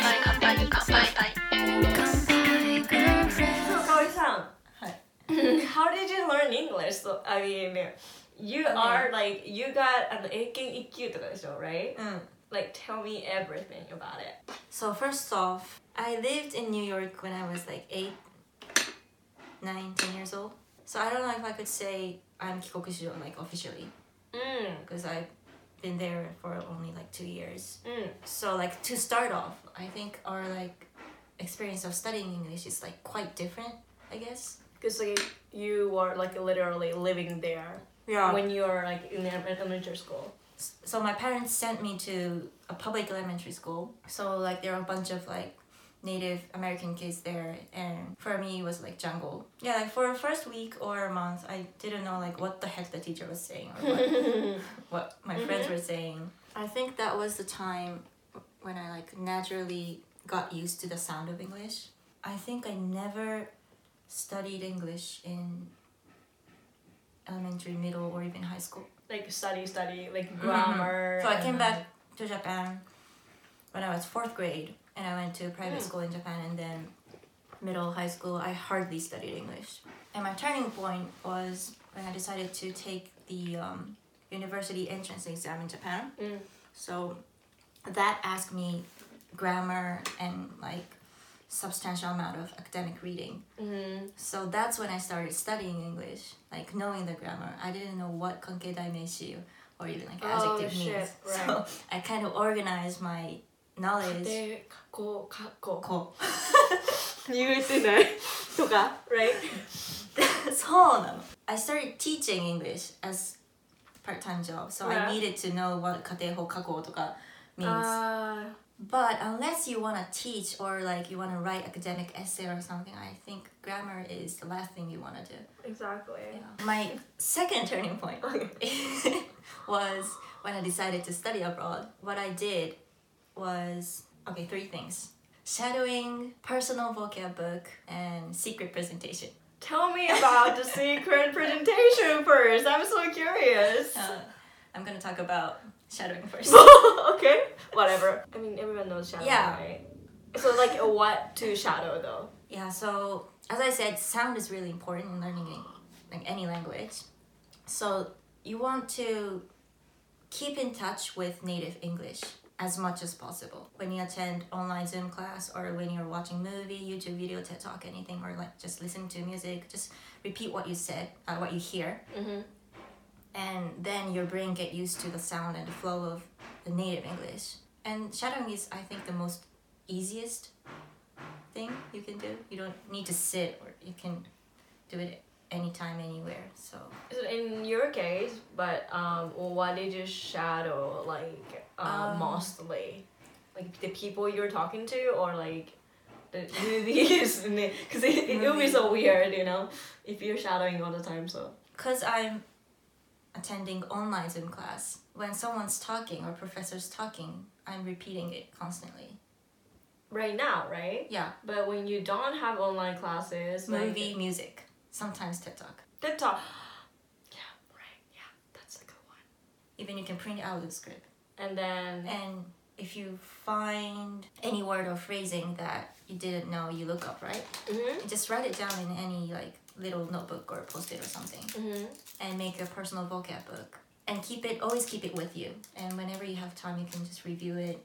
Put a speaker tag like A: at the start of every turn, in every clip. A: can learn English. So I mean, you are like you got an 英検1級とかでしょ right?
B: うん
A: Like tell me everything about it.
B: Mm. So first off, I lived in New York when I was like eight, nine, ten years old. So I don't know if I could say I'm Kikokushu like officially
A: う
B: because I've been there for only like two years.
A: んうん
B: So like to start off, I think our like experience of studying English is like quite different, I guess.
A: Because like you were like literally living there
B: Yeah.
A: when you were like in elementary school.
B: so my parents sent me to a public elementary school so like there are a bunch of like native american kids there and for me it was like jungle yeah like for the first week or a month i didn't know like what the heck the teacher was saying or what, what my friends were saying i think that was the time when i like naturally got used to the sound of english i think i never studied english in elementary middle or even high school
A: Like study, study, like grammar.
B: so I came
A: and-
B: back to Japan when I was fourth grade, and I went to private school in Japan, and then middle high school. I hardly studied English, and my turning point was when I decided to take the um, university entrance exam in Japan.
A: Mm.
B: So that asked me grammar and like substantial amount of academic reading.
A: Mm,
B: So that's when I started studying English, like knowing the grammar. I didn't know what konkedaimeshi or even like
A: Oh,
B: adjective
A: shit,
B: means.
A: right.
B: So I kind of organized my knowledge.
A: で、かっこ、かっこ。
B: こ
A: 言え てない。
B: うとか
A: right?
B: そうなの I started teaching English as part-time job so
A: Yeah. Uh.
B: I needed to know what 家庭法過去とか means、
A: あ
B: but unless you want to teach or like you want to write academic essay or something I think grammar is the last thing you want to do
A: ー exactly.
B: My second turning point was when I decided to study abroad. What I did was okay, three things shadowing, personal vocab book, and secret presentation.
A: Tell me about the secret presentation first. I'm so curious.
B: Uh, I'm gonna talk about shadowing first.
A: okay, whatever. I mean, everyone knows shadow,
B: Uh. Yeah.
A: right? So, like, what to shadow though?
B: Yeah, so as I said, sound is really important in learning any- like any language. So you want to keep in touch with native English as much as possible. When you attend online Zoom class or when you're watching movie, YouTube video, TED Talk, anything, or like just listening to music, just repeat what you said, uh, what you hear,
A: Mhm.
B: and then your brain get used to the sound and the flow of the native English. And shadowing is, I think, the most easiest thing you can do. You don't need to sit, or you can do it anytime, anywhere. So
A: So in your case, but um, what did you shadow like uh,
B: Um,
A: mostly? Like the people you're talking to, or like the movies? Because it, it would be so weird, you know, if you're shadowing all the time. So
B: because I'm attending online Zoom class, when someone's talking or professor's talking, I'm repeating it constantly.
A: right now, right?
B: Yeah,
A: But when you don't have online classes, like-
B: movie, music, sometimes TED Talk.
A: TED Talk. Yeah, right. Yeah, that's a good one.
B: Even you can print out the script.
A: And then
B: And if you find any word or phrasing that you didn't know, you look up, right?
A: mhm
B: You just write it down in any like little notebook or post-it or something,
A: mhm
B: and make a personal vocab book. And keep it always keep it with you. And whenever you have time, you can just review it,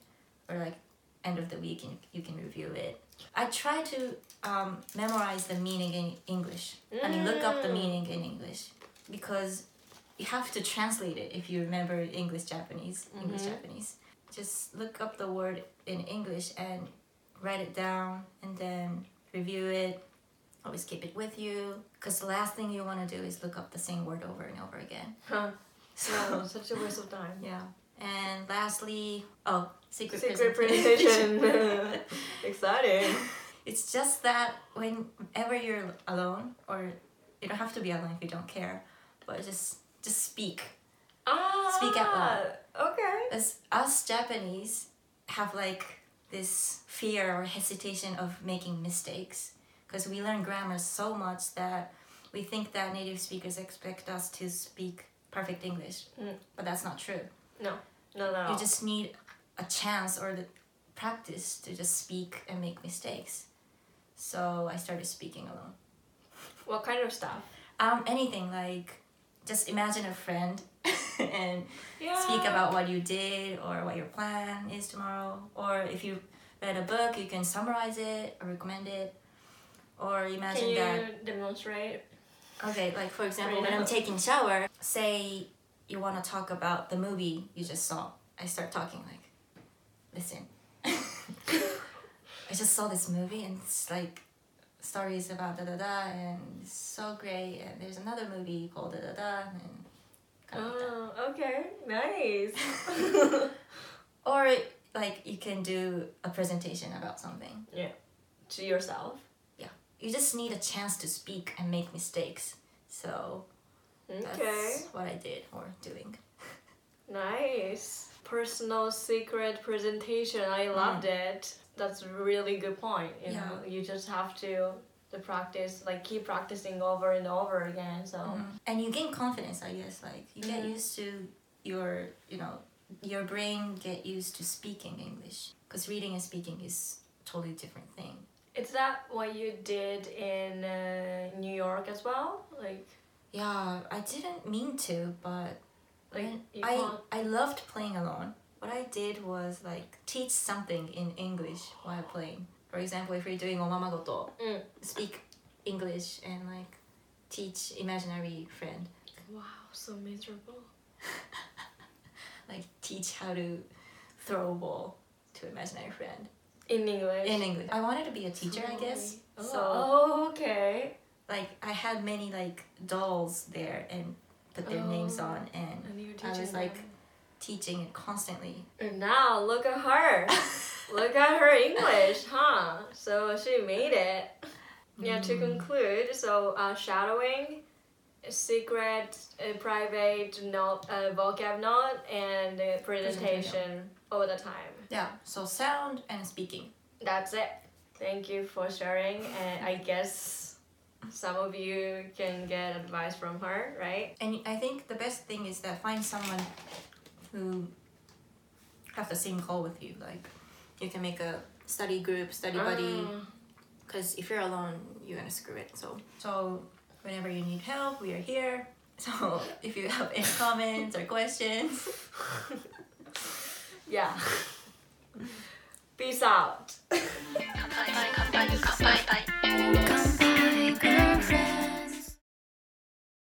B: or like end of the week, and you can review it. I try to um, memorize the meaning in English. I mean, look up the
A: Mm.
B: meaning in English because you have to translate it if you remember English Japanese, English
A: Mhm.
B: Japanese. Just look up the word in English and write it down and then review it. Always keep it with you because the last thing you want to do is look up the same word over and over again.
A: Huh.
B: So,
A: Wow, such a waste of time.
B: yeah. And lastly, oh, secret,
A: Secret
B: presentation.
A: presentation. Exciting.
B: It's just that whenever you're alone, or you don't have to be alone if you don't care, but just just speak.
A: Ah.
B: Speak out loud.
A: Okay.
B: As us Japanese have like this fear or hesitation of making mistakes because we learn grammar so much that we think that native speakers expect us to speak perfect English,
A: Mm. Oh.
B: but that's not true.
A: No, no.
B: You just need a chance or the practice to just speak and make mistakes. So I started speaking alone.
A: what kind of stuff?
B: um anything like just imagine a friend and
A: Yeah.
B: speak about what you did or what your plan is tomorrow or if you read a book you can summarize it or recommend it or imagine
A: Can you
B: that
A: demonstrate?
B: Okay, like for example,
A: Right
B: when I'm
A: now.
B: taking shower, say you want to talk about the movie you just saw. I start talking like, listen, I just saw this movie and it's like stories about da da da and it's so great and there's another movie called da da da and kind of like that.
A: Oh, okay. Nice.
B: Or like you can do a presentation about something.
A: to yourself.
B: You just need a chance to speak and make mistakes. So that's
A: Okay.
B: what I did or doing.
A: Nice. Personal secret presentation. I loved it. That's a really good point. You
B: Mm. Yeah.
A: know, you just have to the practice, like keep practicing over and over again. So
B: Um, and you gain confidence i guess like you get
A: Mhm.
B: used to your you know your brain get used to speaking english because reading and speaking is totally different thing
A: is that what you did in uh, New York as well? Like,
B: yeah i didn't mean to but
A: like
B: when
A: you
B: i
A: can't-
B: i loved playing alone what i did was like teach something in english while playing for example if we're doing omamagoto
A: Mm.
B: speak english and like teach imaginary friend
A: Wow, so miserable.
B: like teach how to throw a ball to imaginary friend
A: In English.
B: in English. I wanted to be a teacher, I guess.
A: Oh,
B: So
A: oh, okay.
B: like I had many like dolls there and put their names
A: Oh.
B: on and
A: And you were
B: I was
A: teaching
B: like-
A: them.
B: teaching it constantly.
A: And now look at her. look at her English, huh? So she made it. Yeah, to conclude, so uh, shadowing, secret, uh, private note, uh, vocab note, and uh, presentation all the time.
B: Yeah. So sound and speaking.
A: That's it. Thank you for sharing, and I guess some of you can get advice from her, right?
B: And I think the best thing is that find someone who have the same goal with you. Like you can make a study group, study buddy.
A: Mm.
B: Because if you're alone, you're gonna screw it. So so whenever you need help, we are here. So if you have any comments or questions,
A: yeah. Peace out.
C: 乾杯乾杯乾杯乾杯 girlfriend